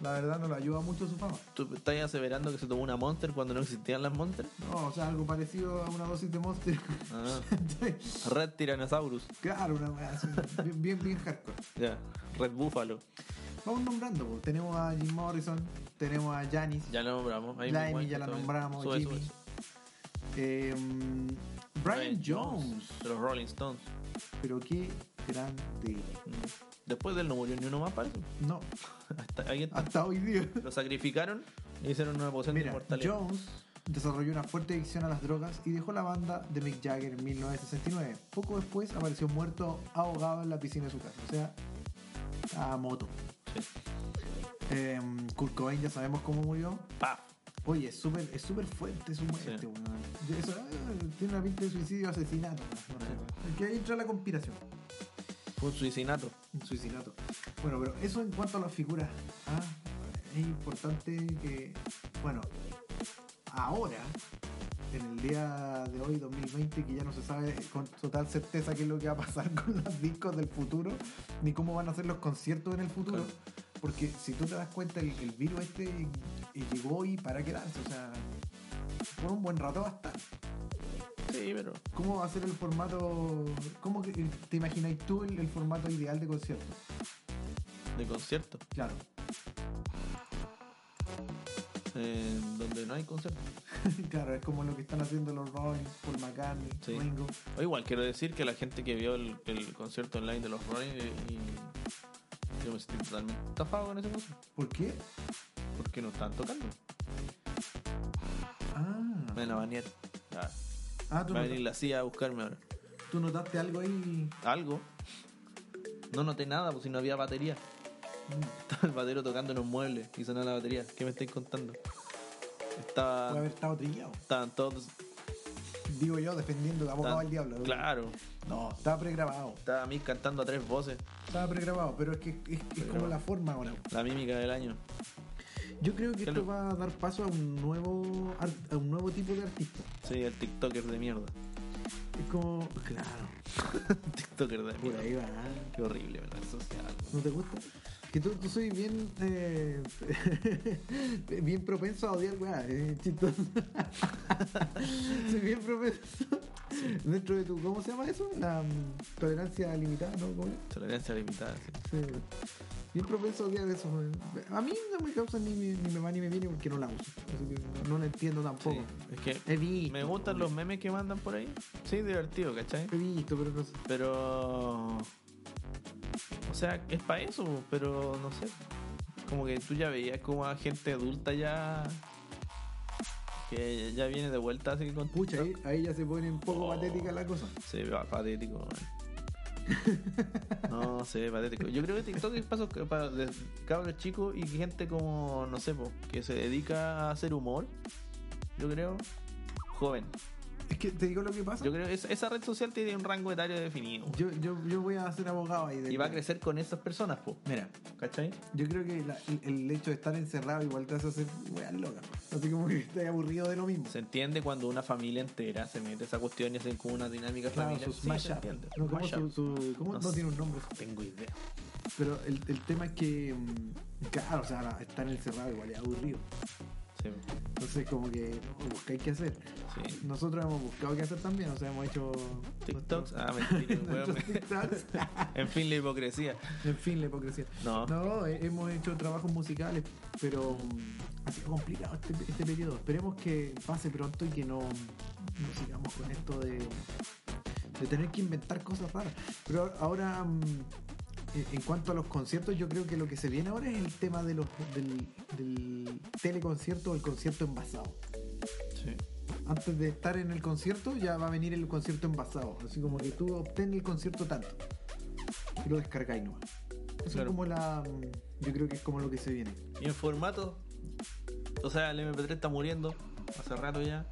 B: La verdad no lo ayuda mucho su fama.
A: ¿Tú estás aseverando que se tomó una Monster cuando no existían las Monster?
B: No, o sea, algo parecido a una dosis de Monster.
A: Ah. Red Tyrannosaurus.
B: claro, una weá así, bien, bien, bien hardcore.
A: Ya. Red Búfalo.
B: Vamos nombrando, po. tenemos a Jim Morrison, tenemos a Janis,
A: Ya la nombramos. Ahí
B: Laimi,
A: me cuento
B: ya la
A: también.
B: nombramos,
A: Sube,
B: Jimmy.
A: sube.
B: eh, Brian, Jones.
A: De los Rolling Stones.
B: Pero qué grande.
A: Mm. Después de él no murió ni uno más, parece.
B: No,
A: Hasta, ahí está.
B: hasta hoy día.
A: Lo sacrificaron y hicieron una poción de
B: Mira,
A: inmortalidad.
B: Jones desarrolló una fuerte adicción a las drogas y dejó la banda de Mick Jagger en 1969. Poco después apareció muerto ahogado en la piscina de su casa. O sea, a moto.
A: Sí.
B: Eh, Kurt Cobain ya sabemos cómo murió.
A: Paf.
B: Oye, es súper es súper fuerte su muerte,
A: Sí.
B: weón. Yo- Eso, eh, tiene una pinta de suicidio asesinato. No sé, weón. Aquí ahí entra la conspiración.
A: Fue un suicinato.
B: Un suicidato. Bueno, pero eso en cuanto a las figuras. ah, Es importante que, bueno, ahora, en el día de hoy, 2020, que ya no se sabe con total certeza qué es lo que va a pasar con los discos del futuro, ni cómo van a ser los conciertos en el futuro.
A: Claro.
B: Porque si tú te das cuenta, el, el virus este eh, llegó y para quedarse, o sea, por un buen rato va a estar.
A: Sí, pero.
B: ¿Cómo va a ser el formato? ¿Cómo que- eh, te imagináis tú el- el formato ideal de concierto?
A: De concierto.
B: Claro.
A: Eh, donde no hay concierto.
B: Claro, es como lo que están haciendo los Rollins, Paul McCartney,
A: Sí.
B: Ringo.
A: O igual, quiero decir que la gente que vio el, el concierto online de los Rolling y, y- yo me sentí totalmente estafado con ese concierto.
B: ¿Por qué?
A: Porque no están tocando.
B: Ah,
A: Me van a banear. Ah,
B: ah tú,
A: va a
B: nota-
A: venir la CIA a buscarme ahora.
B: tú notaste algo
A: Ah.
B: ahí.
A: Algo. No noté nada, pues si no había batería.
B: Mm,
A: Estaba el batero tocando en un mueble y sonaba la batería. ¿Qué me estáis contando? Estaba-
B: Puede haber estado trillado.
A: estaban todos.
B: Digo yo, defendiendo abogado
A: estaban-
B: al diablo.
A: Claro.
B: No, estaba pregrabado.
A: Estaba a mí cantando a tres voces.
B: Estaba pregrabado, pero es que es, es como
A: Pregrabado.
B: la forma ahora.
A: La mímica del año.
B: Yo creo que esto
A: Salud.
B: va a dar paso a un nuevo art- a un nuevo tipo de artista.
A: Sí, el TikToker de mierda.
B: Es como. Claro.
A: TikToker de
B: Por ahí
A: mierda.
B: va.
A: Qué horrible, ¿verdad? ah, Social.
B: ¿No te gusta? Que tú, tú soy bien. eh, bien propenso a odiar weá, eh, chistoso. soy bien propenso. Dentro de tu. ¿Cómo se llama eso? La mm, tolerancia limitada, ¿no? ¿Cómo es?
A: Tolerancia limitada, sí.
B: Sí. Bien propenso a odiar eso. weón. A mí no me causa ni, me- ni me va ni me viene porque no la uso. Así que no, no la entiendo tampoco.
A: Sí, Es que
B: He visto.
A: me gustan los
B: weón.
A: memes que mandan por ahí. Sí, divertido, ¿cachai?
B: He visto, pero no sé.
A: Pero. O sea, es para eso, pero no sé. Como que tú ya veías como a gente adulta ya. que ya viene de vuelta, así que con.
B: Pucha, ahí, ahí ya se pone un
A: Oh.
B: poco patética la cosa.
A: Se ve patético, man. No, se ve patético. Yo creo que TikTok es paso para de cabros chicos y gente como, no sé, po, que se dedica a hacer humor. Yo creo. Joven.
B: Es que te digo lo que pasa.
A: Yo creo que esa, esa red social tiene un rango etario definido.
B: Yo, yo, yo voy a ser abogado ahí. de-
A: Y va a crecer con esas personas, po.
B: Mira,
A: ¿Cachai?
B: yo creo que la- el hecho de estar encerrado igual te hace hacer weas locas. Así como que estás aburrido de lo mismo.
A: Se entiende cuando una familia entera se mete a esa cuestión y hacen como una dinámica
B: Claro,
A: familiar.
B: sus
A: Sí, se
B: mashup.
A: entiende.
B: No, ¿cómo
A: Mashup.
B: su- su- cómo
A: No
B: no
A: sé.
B: tiene un nombre?
A: Tengo idea.
B: Pero el, el tema es que, mm, claro, o sea, la- estar encerrado igual es aburrido.
A: Sí,
B: Entonces como que no, buscáis qué hacer.
A: sí.
B: Nosotros hemos buscado qué hacer también, o sea, hemos hecho...
A: TikToks.
B: nuestro-
A: Ah, mentira, weón.
B: nuestros TikToks.
A: En fin, la hipocresía.
B: en fin, la hipocresía.
A: No.
B: No, he- hemos hecho trabajos musicales, pero mm, ha sido complicado este, este periodo. Esperemos que pase pronto y que no, no sigamos con esto de, de tener que inventar cosas raras. Pero ahora, mm, en- en cuanto a los conciertos, yo creo que lo que se viene ahora es el tema de los, del, del teleconcierto o el concierto envasado.
A: Sí.
B: antes de estar en el concierto, ya va a venir el concierto envasado. Así como que tú obtén el concierto tanto. Y lo descargáis nomás. Eso
A: Claro.
B: es como la. mm, Yo creo que es como lo que se viene.
A: Y en formato, o sea, el MP3 está muriendo hace rato ya.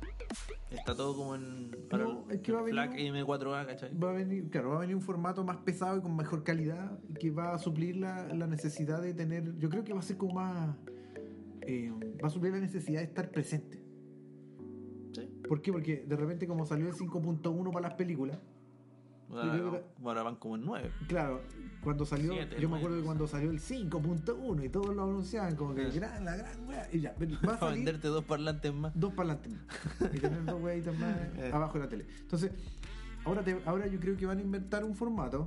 A: Está todo como en. para
B: No,
A: el-
B: es que va a
A: el
B: venir
A: FLAC
B: un-
A: M4A, ¿cachai?
B: Va a venir, claro, va a venir un formato más pesado y con mejor calidad que va a suplir la, la necesidad de tener. Yo creo que va a ser como más. eh, va a suplir la necesidad de estar presente.
A: Sí.
B: ¿Por qué? Porque de repente, como salió el 5.1 para las películas,
A: O sea,
B: creo que la-
A: ahora van como en 9.
B: Claro, cuando salió,
A: Siete,
B: yo
A: nueve,
B: me acuerdo que
A: no
B: cuando salió el 5.1 y todos lo anunciaban como que
A: Sí.
B: gran, la gran wea. Y ya, pero va a
A: Para
B: salir
A: venderte dos parlantes más.
B: dos parlantes más. y tener dos weitas más
A: Eh.
B: abajo de la tele. Entonces, ahora, te- ahora yo creo que van a inventar un formato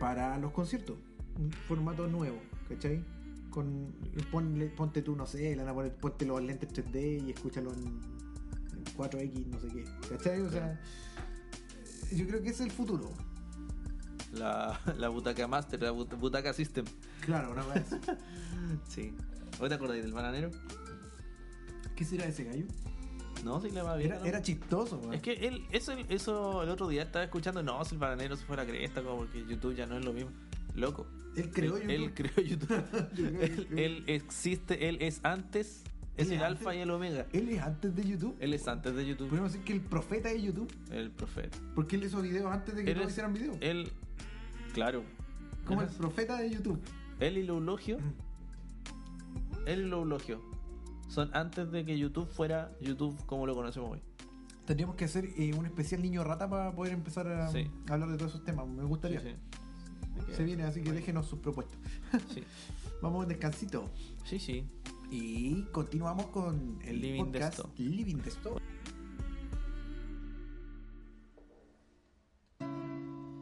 B: para los conciertos. Un formato nuevo, ¿cachai? Con, ponle- ponte tú, no sé, le van a poner- ponte los lentes 3D y escúchalo en, en 4X, no sé qué. ¿Cachai? O sea, yo creo que ese es el futuro.
A: La, la butaca Master, la but- butaca System.
B: Claro, una vez.
A: Sí. ¿Hoy te acordáis del bananero?
B: ¿Qué será ese gallo?
A: No, sí, la va bien.
B: Era, ¿eh? era chistoso, weón.
A: Es que él, eso, eso el otro día estaba escuchando, no, si el bananero se fue a la cresta, como porque YouTube ya no es lo mismo. Loco.
B: él creó
A: él,
B: yo.
A: él creó YouTube.
B: Yo creo que
A: él,
B: creó.
A: él existe, él es antes, es
B: Él es
A: el alfa
B: antes.
A: y el omega.
B: Él es antes de YouTube.
A: Él es antes de YouTube,
B: Podríamos decir que el profeta de YouTube.
A: el profeta.
B: Porque él hizo videos antes de que
A: Él
B: todos
A: es-
B: hicieran videos.
A: Él, claro.
B: Como
A: él
B: el
A: es-
B: profeta de YouTube.
A: Él y Loulogio,
B: Mm.
A: él y Loulogio son antes de que YouTube fuera YouTube como lo conocemos hoy.
B: Tendríamos que hacer eh, un especial niño rata para poder empezar a,
A: Sí.
B: a hablar de todos esos temas. Me
A: Sí,
B: gustaría.
A: sí.
B: Se viene, así que déjenos sus propuestas.
A: Sí,
B: Vamos a un descansito.
A: sí, sí.
B: Y continuamos con el
A: Living the
B: podcast
A: Store.
B: Living the Store.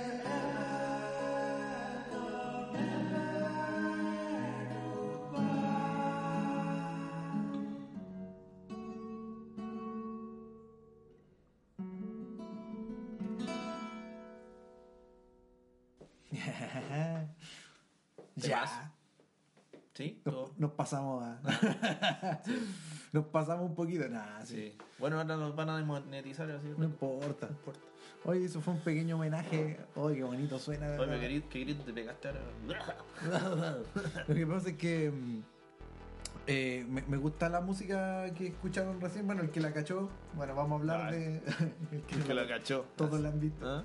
A: vas?
B: ya.
A: Sí, todo.
B: Nos, nos pasamos a. nos pasamos un poquito. Nada, sí.
A: Ah, Sí. Bueno, ahora nos van a desmonetizar así.
B: No importa.
A: importa.
B: Oye, eso fue un pequeño homenaje. Oye, qué bonito suena. de
A: Oye, me
B: verdad.
A: querí- qué grito te pegaste ahora.
B: Lo que pasa es que mm, eh, me, me gusta la música que escucharon recién. Bueno, el que la cachó. Bueno, vamos a hablar
A: Ah,
B: de. el que
A: Que
B: no-
A: la cachó.
B: Todos la han visto.
A: ¿Ah?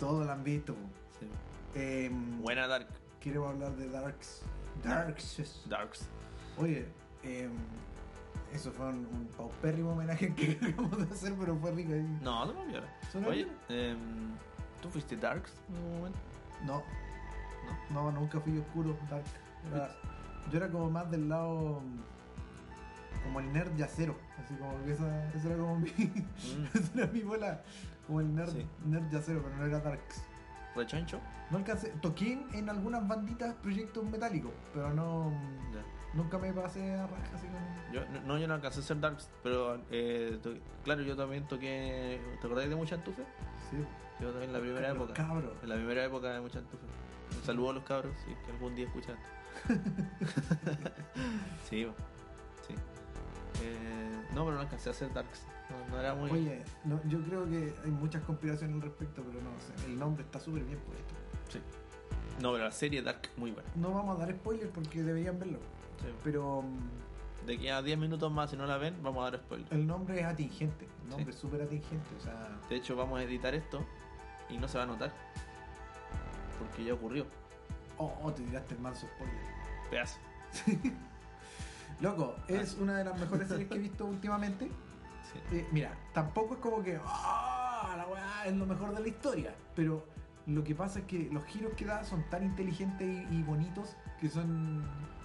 B: Todos la han visto.
A: Sí.
B: Eh,
A: Buena Dark.
B: Queremos hablar de Darks. Darks.
A: Darks.
B: Oye, eh, eso fue un, un paupérrimo homenaje que acabamos de hacer, pero fue rico. ahí.
A: No, no me viola.
B: ¿Suena
A: Oye,
B: bien?
A: em, ¿tú fuiste Darks en algún momento?
B: No. No, nunca fui oscuro, dark. Era- yo era como más del lado. mm, como el nerd yacero. Así como que esa, esa era como mi. esa era mi bola. Como el nerd,
A: Mm. Sí.
B: nerd yacero, pero no era darks.
A: ¿Rechancho?
B: No alcancé. Toqué en algunas banditas proyectos metálicos, pero no. mm,
A: Ya.
B: Nunca me pasé a raja así como.
A: Yo, no, no, yo no alcancé a ser Darks, pero eh, to- claro, yo también toqué. ¿Te acordáis de Muchantufe?
B: Sí.
A: Yo también en la primera
B: Los
A: época.
B: cabros.
A: En la primera época de Muchantufe. Un saludo a los cabros, si es que algún día escuchan esto. sí, po. sí. Eh, no, pero no alcancé a ser Darks. No, no era muy.
B: Oye, no, yo creo que hay muchas conspiraciones al respecto, pero no sé. El nombre está súper bien puesto.
A: Sí. No, pero la serie Dark, muy buena.
B: No vamos a dar spoilers porque deberían verlo,
A: Sí.
B: pero. mm,
A: De aquí a 10 minutos más, si no la ven, vamos a dar spoiler.
B: El nombre es atingente, el nombre
A: Sí.
B: es súper atingente, o sea,
A: De hecho, vamos a editar esto y no se va a notar. Porque ya ocurrió.
B: oh, oh, te tiraste el manso spoiler.
A: Pedazo.
B: Loco, es
A: Ah.
B: una de las mejores series que he visto últimamente.
A: Sí.
B: Eh, mira, tampoco es como que, ah, la weá es lo mejor de la historia, pero lo que pasa es que los giros que da son tan inteligentes y, y bonitos que son...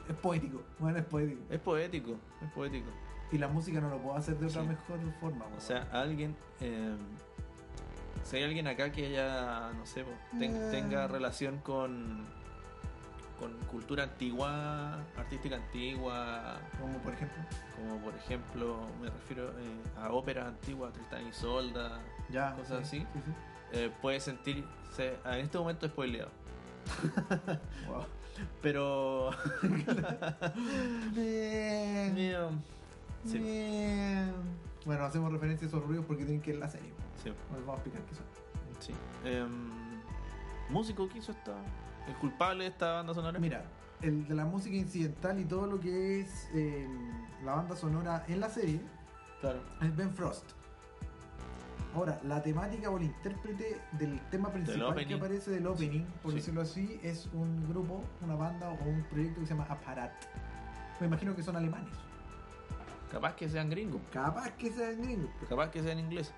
B: Es poético, bueno, es poético.
A: Es poético, es poético.
B: Y la música no lo puedo hacer de otra
A: Sí.
B: mejor forma, weón.
A: O sea, alguien. eh, si hay alguien acá que haya, no sé, po, ten-
B: Eh.
A: tenga relación con. con cultura antigua, artística antigua,
B: Como por ejemplo.
A: como por ejemplo, me refiero eh, a óperas antiguas, Tristán y Solda,
B: Ya.
A: Cosas
B: sí,
A: así.
B: sí, sí.
A: puede sentirse en este momento spoileado.
B: Wow.
A: Pero.
B: Bien,
A: Sí.
B: bien. Bueno, hacemos referencia a esos ruidos porque tienen que ir en la serie.
A: sí,
B: No les vamos a explicar qué son.
A: sí. Em, músico que hizo esta. El culpable de esta banda sonora.
B: Mira, el de la música incidental y todo lo que es eh, la banda sonora en la serie
A: Claro.
B: es Ben Frost. Ahora, la temática o el intérprete del tema principal que
A: opening.
B: aparece del opening, por
A: sí.
B: decirlo así, es un grupo, una banda o un proyecto que se llama Aparat. Me imagino que son alemanes.
A: Capaz que sean gringos.
B: Capaz que sean gringos.
A: Capaz que sean ingleses.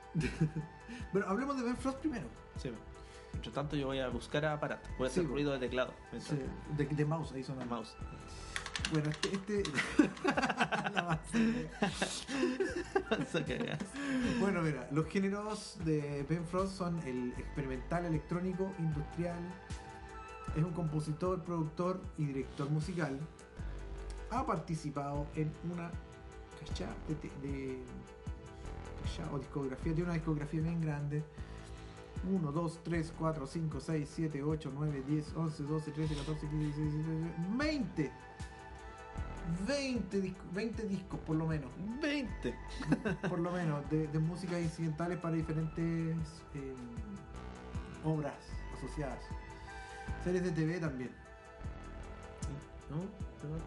B: Pero hablemos de Ben Frost primero.
A: Sí. Mientras tanto, yo voy a buscar a aparato. Voy a hacer
B: Sí, pues.
A: ruido de teclado.
B: Sí,
A: mientras-
B: De, de mouse, ahí son mouse.
A: Mouse.
B: Bueno, este. este... La más-
A: Esa cagada.
B: Bueno, mira, los géneros de Ben Frost son el experimental, electrónico, industrial. Es un compositor, productor y director musical. Ha participado en una cachá de, te- de- cachá o discografía, tiene una discografía bien grande. 1, 2, 3, 4, 5, 6, 7, 8, 9, 10, 11, 12, 13, 14, 15, 16, 17, 20. 20, disco- 20 discos por lo menos
A: 20.
B: por lo menos, de, de músicas incidentales para diferentes eh, obras asociadas. Series de TV también.
A: No, perdón.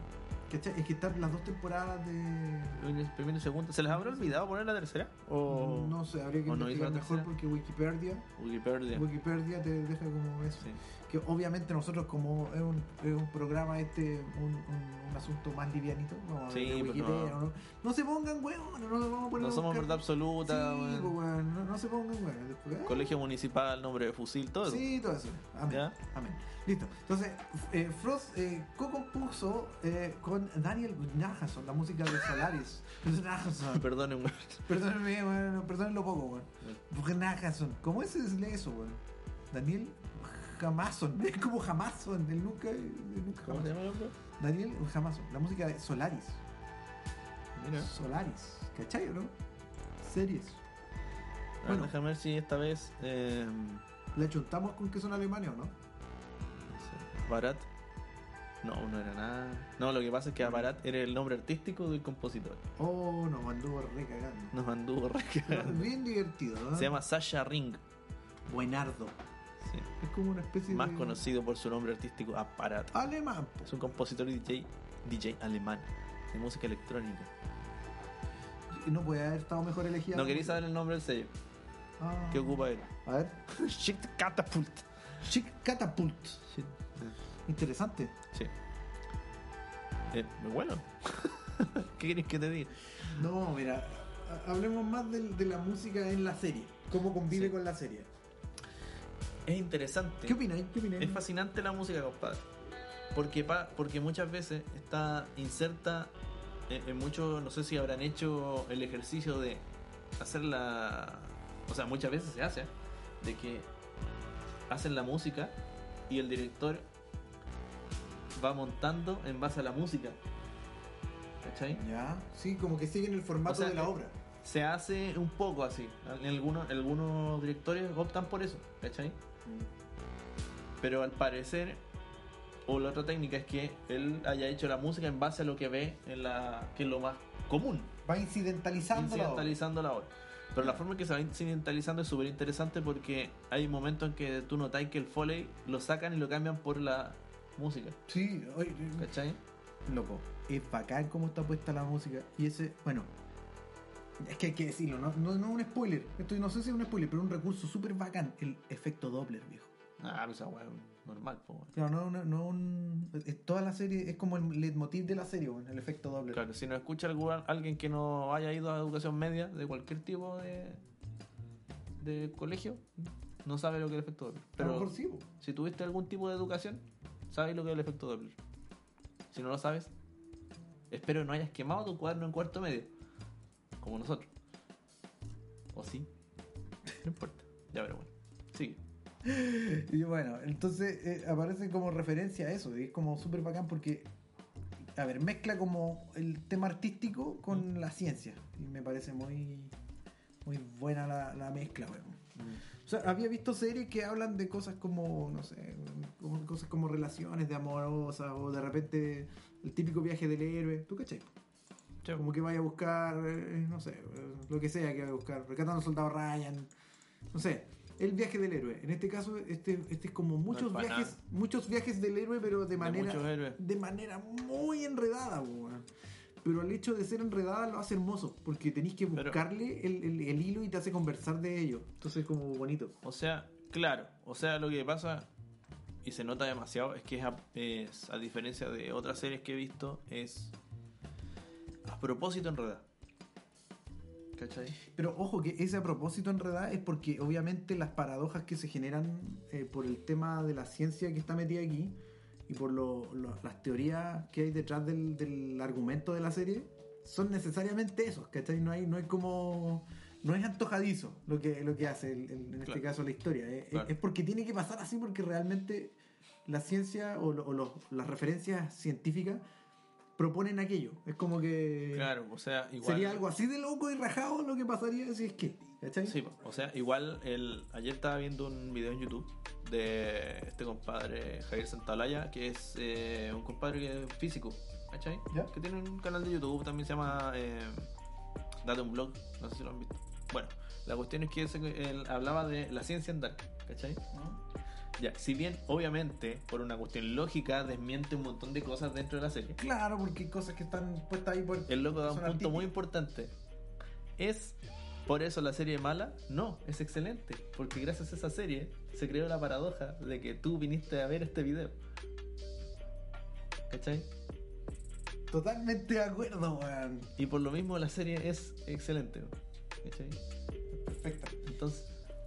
B: ¿Cachai? Es que están las dos temporadas de.
A: Lunes, Primero y segundo. ¿Se les habrá olvidado poner la tercera? O.
B: No sé, habría que
A: o no hizo
B: investigar
A: la
B: mejor
A: tercera.
B: porque Wikipedia.
A: Wikipedia.
B: Wikipedia te deja como eso.
A: Sí.
B: Que obviamente nosotros como es un, es un programa este, un, un- un asunto más livianito, vamos a ver
A: Sí,
B: de
A: pues
B: Wikipedia,
A: no.
B: no. no se pongan huevos, no nos vamos a poner
A: No
B: a
A: somos
B: buscar-
A: verdad absoluta.
B: Sí,
A: weón.
B: pues, weón, no, no se pongan huevos. Después, ah,
A: Colegio municipal, nombre de fusil, todo. eso.
B: Sí, todo eso. Amén.
A: ¿Ya?
B: Amén. Listo. Entonces, eh, Frost eh, co-compuso eh, con Daniel Najason la música de Solaris. Najason.
A: Perdonen, weón.
B: Perdónenme, bueno, perdónenlo poco, weón. Najason. ¿Cómo es ese lee eso, weón? Daniel Jamason. Es como Jamason. Él nunca. él nunca
A: ¿Cómo se
B: jamás.
A: llama, weón?
B: Daniel Jamason. La música de Solaris.
A: Mira.
B: Solaris. ¿Cachai, o no? Series.
A: A ver,
B: Bueno.
A: Ah, déjame ver si esta vez. Eh,
B: ¿La chuntamos con que son alemanes o no?
A: Barat. No, no era nada. No, lo que pasa es que Barat era el nombre artístico del compositor.
B: Oh, nos mandó recagando.
A: Nos manduvo re cagando.
B: Bien divertido, ¿no?
A: Se llama Sasha Ring.
B: Buenardo.
A: Sí.
B: Es como una especie
A: Más
B: de.
A: conocido por su nombre artístico, Aparat.
B: Alemán. po.
A: Es un compositor y DJ, DJ alemán de música electrónica.
B: No puede haber estado mejor elegido.
A: No queréis saber el nombre del sello.
B: Ah.
A: ¿Qué ocupa él?
B: A ver.
A: Shit Catapult.
B: Chic Catapult.
A: Sí.
B: Interesante.
A: Sí. Eh, bueno. ¿Qué querés que te diga?
B: No, mira. ha- Hablemos más del- de, la música en la serie. Cómo convive
A: Sí.
B: con la serie.
A: Es interesante.
B: ¿Qué opináis? ¿Qué opináis?
A: Es fascinante la música, compadre. Porque, pa- porque muchas veces está inserta en, en muchos, no sé si habrán hecho el ejercicio de hacer la... O sea, muchas veces se hace, ¿eh? de que hacen la música y el director va montando en base a la música. ¿Cachai?
B: Ya. Sí, como que siguen el formato
A: O sea,
B: de la
A: eh,
B: obra.
A: Se hace un poco así. En Algunos, algunos directores optan por eso, ¿cachai? Pero al parecer, o la otra técnica es que él haya hecho la música en base a lo que ve, en la, que es lo más común,
B: Va incidentalizando la obra.
A: incidentalizando la obra. Pero la forma en que se va incidentalizando es súper interesante porque hay momentos en que tú notáis que el foley lo sacan y lo cambian por la música,
B: Sí, oye, eh,
A: ¿cachai?
B: Loco, es bacán cómo está puesta la música. Y ese, bueno, es que hay que decirlo, no, no, no es un spoiler. Esto no sé si es un spoiler, pero un recurso súper bacán, el efecto Doppler, viejo.
A: Ah, pues esa weá es normal, po, weón.
B: Claro, no, no, no un. es- Toda la serie es como el leitmotiv de la serie, weón, el efecto Doppler.
A: Claro, si nos escucha algún- alguien que no haya ido a educación media de cualquier tipo de, de colegio, no sabe lo que es el efecto Doppler.
B: a lo
A: Pero
B: mejor sí, po.
A: Si tuviste algún tipo de educación, sabes lo que es el efecto Doppler. Si no lo sabes, espero no hayas quemado tu cuaderno en cuarto medio, como nosotros. O sí, no importa. Ya, pero bueno. Sigue.
B: Y bueno, entonces eh, aparece como referencia a eso, y es como súper bacán porque, a ver, mezcla como el tema artístico
A: Mm.
B: con la ciencia, y me parece muy, muy buena la, la mezcla, weón. O sea, había visto series que hablan de cosas como, no sé, como- cosas como relaciones de amorosas o de repente el típico viaje del héroe, ¿tú cachai?
A: Sí,
B: Como que vaya a buscar, eh, no sé, eh, lo que sea que vaya a buscar, rescatando al soldado Ryan, no sé, el viaje del héroe. En este caso, este, este es como muchos
A: es pa'
B: viajes, muchos viajes del héroe, pero de manera,
A: muchos héroes.
B: de manera muy enredada, po, weón. Pero el hecho de ser enredada lo hace hermoso, porque tenéis que
A: Pero-
B: buscarle el, el- el hilo y te hace conversar de ello. Entonces es como bonito.
A: O sea, claro, o sea, lo que pasa y se nota demasiado es que es a, es, a diferencia de otras series que he visto, es a propósito enredada. ¿Cachai?
B: Pero ojo que ese a propósito enredada es porque obviamente las paradojas que se generan eh, por el tema de la ciencia que está metida aquí y por lo- lo- las teorías que hay detrás del, del argumento de la serie son necesariamente esos, ¿cachai? No hay, no hay como... No es antojadizo lo que, lo que hace, el- el- en este
A: Claro.
B: caso, la historia. eh. Es,
A: Claro.
B: es porque tiene que pasar así porque realmente la ciencia o, lo- o los- las referencias científicas proponen aquello. Es como que...
A: Claro, o sea, igual.
B: Sería algo así de loco y rajado lo que pasaría si es que. ¿Cachai?
A: Sí, po. o sea, igual el, ayer estaba viendo un video en YouTube de este compadre Javier Santalaya, que es eh, un compadre que es físico, ¿cachai?
B: ¿Ya?
A: Que tiene un canal de YouTube, también se llama eh, Date un blog, no sé si lo han visto. Bueno, la cuestión es que ese- él hablaba de la ciencia en Dark, ¿cachai? Ya, si bien obviamente por una cuestión lógica desmiente un montón de cosas dentro de la serie,
B: Claro, porque hay cosas que están puestas ahí por.
A: el loco da un
B: son
A: punto
B: artísticas.
A: muy importante. ¿Es por eso la serie mala? No, es excelente. Porque gracias a esa serie se creó la paradoja de que tú viniste a ver este video. ¿Cachai?
B: Totalmente de acuerdo, weón.
A: Y por lo mismo la serie es excelente. ¿Cachai?
B: Perfecto.
A: Entonces,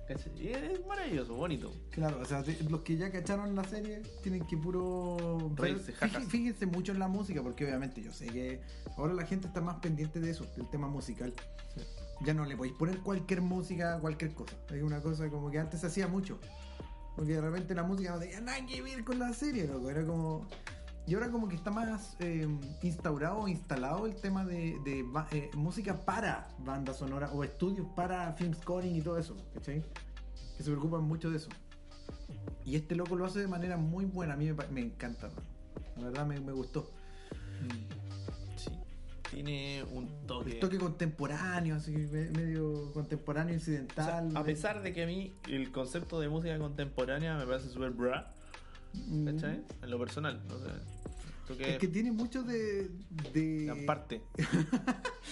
A: ¿cachai? Y es maravilloso, bonito.
B: Claro, o sea, de- los que ya cacharon la serie tienen que puro.
A: Reírse,
B: Fíj-
A: jajas.
B: fíjense, mucho en la música, porque obviamente yo sé que ahora la gente está más pendiente de eso, del tema musical.
A: Sí.
B: Ya no le podéis poner cualquier música a cualquier cosa. Es una cosa como que antes se hacía mucho. Porque de repente la música no tenía nada que ver con la serie, loco. Era como. Y ahora como que está más eh, instaurado o instalado el tema de, de ba- eh, música para banda sonora o estudios para film scoring y todo eso, ¿cachai? Que se preocupan mucho de eso. Y este loco lo hace de manera muy buena. A mí me, pa- me encanta, man. La verdad me, me gustó.
A: Sí. Tiene un toque.
B: El Mm. toque contemporáneo, así me- medio contemporáneo,
A: O sea,
B: incidental.
A: a pesar de que a mí el concepto de música contemporánea me parece súper bra,
B: Mm.
A: ¿cachai? En lo personal. No sé. Creo que
B: Es que tiene mucho de. de...
A: la parte.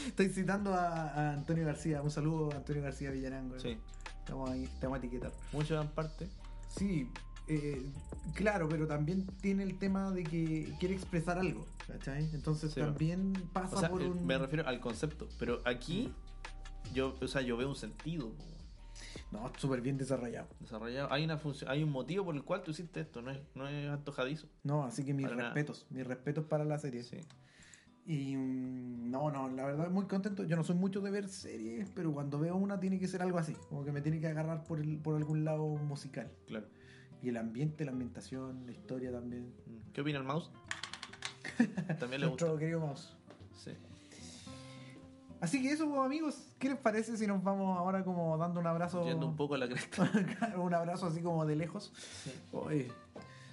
B: Estoy citando a, a Antonio García. Un saludo a Antonio García Villarango.
A: Sí,
B: Estamos ahí, te vamos a etiquetar.
A: mucho dan parte.
B: Sí, eh, claro, pero también tiene el tema de que quiere expresar algo, ¿cachai? Entonces
A: Sí,
B: también pasa
A: O sea,
B: por
A: eh,
B: un.
A: me refiero al concepto, pero aquí yo, o sea, yo veo un sentido po,
B: No, súper bien desarrollado.
A: desarrollado. Hay una función, hay un motivo por el cual tú hiciste esto, no es, no es antojadizo.
B: No, así que mis
A: Para nada.
B: respetos, mis respetos para la serie.
A: Sí.
B: Y mm, no, no, la verdad muy contento. Yo no soy mucho de ver series, pero cuando veo una tiene que ser algo así, como que me tiene que agarrar por, el- por algún lado musical.
A: Claro.
B: Y el ambiente, la ambientación, la historia también.
A: Mm. ¿Qué opina el mouse? También le gusta.
B: Nuestro querido mouse.
A: Sí.
B: Así que eso, pues, amigos, ¿qué les parece si nos vamos ahora como dando un abrazo?
A: Yendo un poco a la cresta.
B: un abrazo así como de lejos. Oye,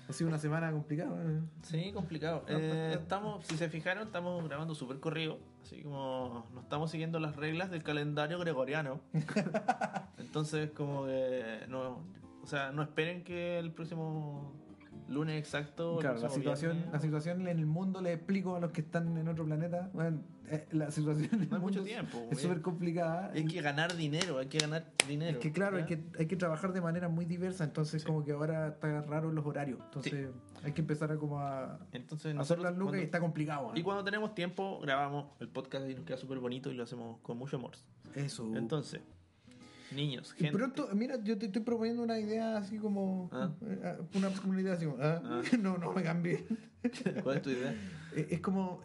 B: ha sido una semana complicada. ¿eh?
A: Sí, complicado.
B: pues,
A: Eh, estamos, si se fijaron, estamos grabando súper corrido. Así como no estamos siguiendo las reglas del calendario gregoriano. Entonces, como que no, o sea, no esperen que el próximo lunes exacto. el
B: Claro, la
A: próximo
B: situación,
A: viernes-
B: la situación en el mundo, les explico a los que están en otro planeta. bueno, eh, la situación en el
A: No hay mucho
B: mundo es-
A: tiempo.
B: es
A: Es,
B: súper complicada.
A: hay que ganar dinero, hay que ganar
B: Es
A: dinero.
B: que claro,
A: ¿ya?
B: hay que, hay que trabajar de manera muy diversa, entonces
A: Sí.
B: como que ahora está raro los horarios. Entonces hay que empezar a como a
A: Entonces,
B: a hacer
A: nosotros
B: las lucas
A: cuando-
B: y está complicado. ¿eh? ¿no?
A: y cuando tenemos tiempo, grabamos el podcast y nos queda súper bonito y lo hacemos con mucho amor.
B: Eso.
A: Entonces, niños,
B: Uh. y
A: gente.
B: pronto, mira, yo te estoy proponiendo una idea así como
A: Ah.
B: eh, una, una idea así como, ah,
A: Ah.
B: no, no me cambié.
A: ¿Cuál es tu idea?
B: Eh, Es como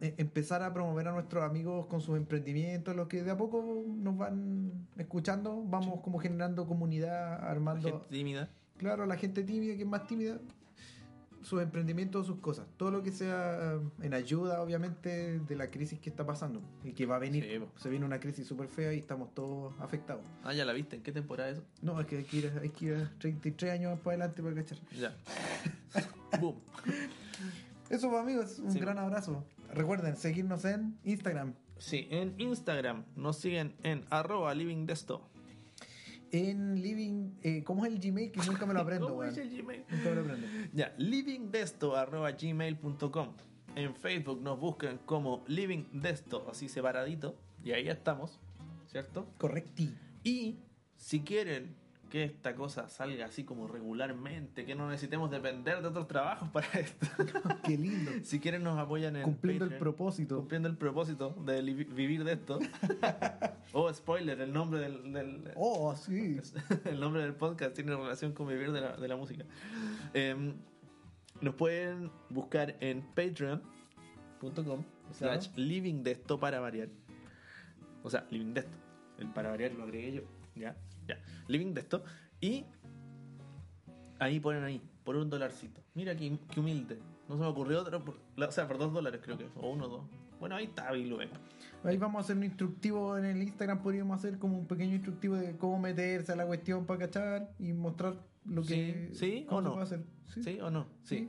B: eh, empezar a promover a nuestros amigos con sus emprendimientos, los que de a poco nos van escuchando, vamos como generando comunidad, armando
A: Gente tímida.
B: claro, a la gente tibia, que es más tímida, sus emprendimientos, sus cosas. Todo lo que sea eh, en ayuda, obviamente, de la crisis que está pasando y que va a venir.
A: Sí, po.
B: Se viene una crisis súper fea y estamos todos afectados.
A: Ah, ya la viste, ¿en qué temporada es eso?
B: No, es que hay que ir, hay que ir a 33 años para adelante para cachar.
A: Ya. Boom.
B: Eso, pues, amigos, un
A: Sí.
B: gran abrazo. Recuerden seguirnos en Instagram,
A: Sí, en Instagram nos siguen en arroba livingdesto.
B: en Living. eh, ¿Cómo es el Gmail? Que nunca me lo aprendo,
A: ¿Cómo
B: weón.
A: es el Gmail?
B: Nunca me lo aprendo.
A: Ya, livingdesto.gmail.com. En Facebook nos buscan como livingdesto, así separadito. Y ahí estamos, ¿cierto?
B: Correcti.
A: Y si quieren que esta cosa salga así como regularmente, que no necesitemos depender de otros trabajos para esto.
B: Qué lindo.
A: si quieren nos apoyan en
B: Cumpliendo el
A: Patreon,
B: propósito.
A: Cumpliendo el propósito de li- vivir de esto. oh, spoiler, el nombre del, del-
B: Oh, sí.
A: el nombre del podcast tiene relación con vivir de la, de la música. Em, nos pueden buscar en patreon.com slash living de esto para variar. O sea, living de esto. El para variar lo agregué yo. Ya, ya. Living de esto. Y ahí ponen ahí, por un dolarcito. Mira qué, qué humilde. No se me ocurrió otro. por- la- o sea, por dos dólares creo que. O uno o dos. Bueno, ahí está, ahí lo ven.
B: Ahí vamos a hacer un instructivo en el Instagram. Podríamos hacer como un pequeño instructivo de cómo meterse a la cuestión para cachar y mostrar lo que.
A: Sí, sí,
B: cómo
A: o
B: se
A: no.
B: puede hacer.
A: ¿Sí, o no? Sí.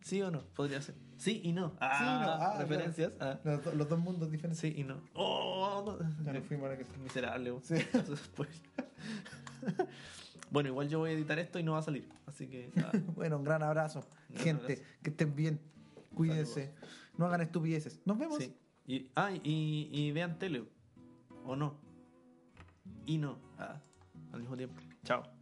A: ¿Sí o no? Podría ser. Sí y no. Ah,
B: Sí, no. Ah,
A: referencias. Ah.
B: Los, do- los dos mundos diferentes.
A: Sí y no. Oh, no.
B: Ya nos fuimos a la que sí.
A: Miserable. vos.
B: Sí.
A: Pues. bueno, igual yo voy a editar esto y no va a salir. Así que. ah,
B: Bueno, un gran abrazo.
A: Gran
B: Gente,
A: abrazo.
B: que estén bien. Cuídense. No hagan estupideces. Nos vemos.
A: sí. Y, ah, y, y vean tele. ¿O no? Y no. Ah, al mismo tiempo. Chao.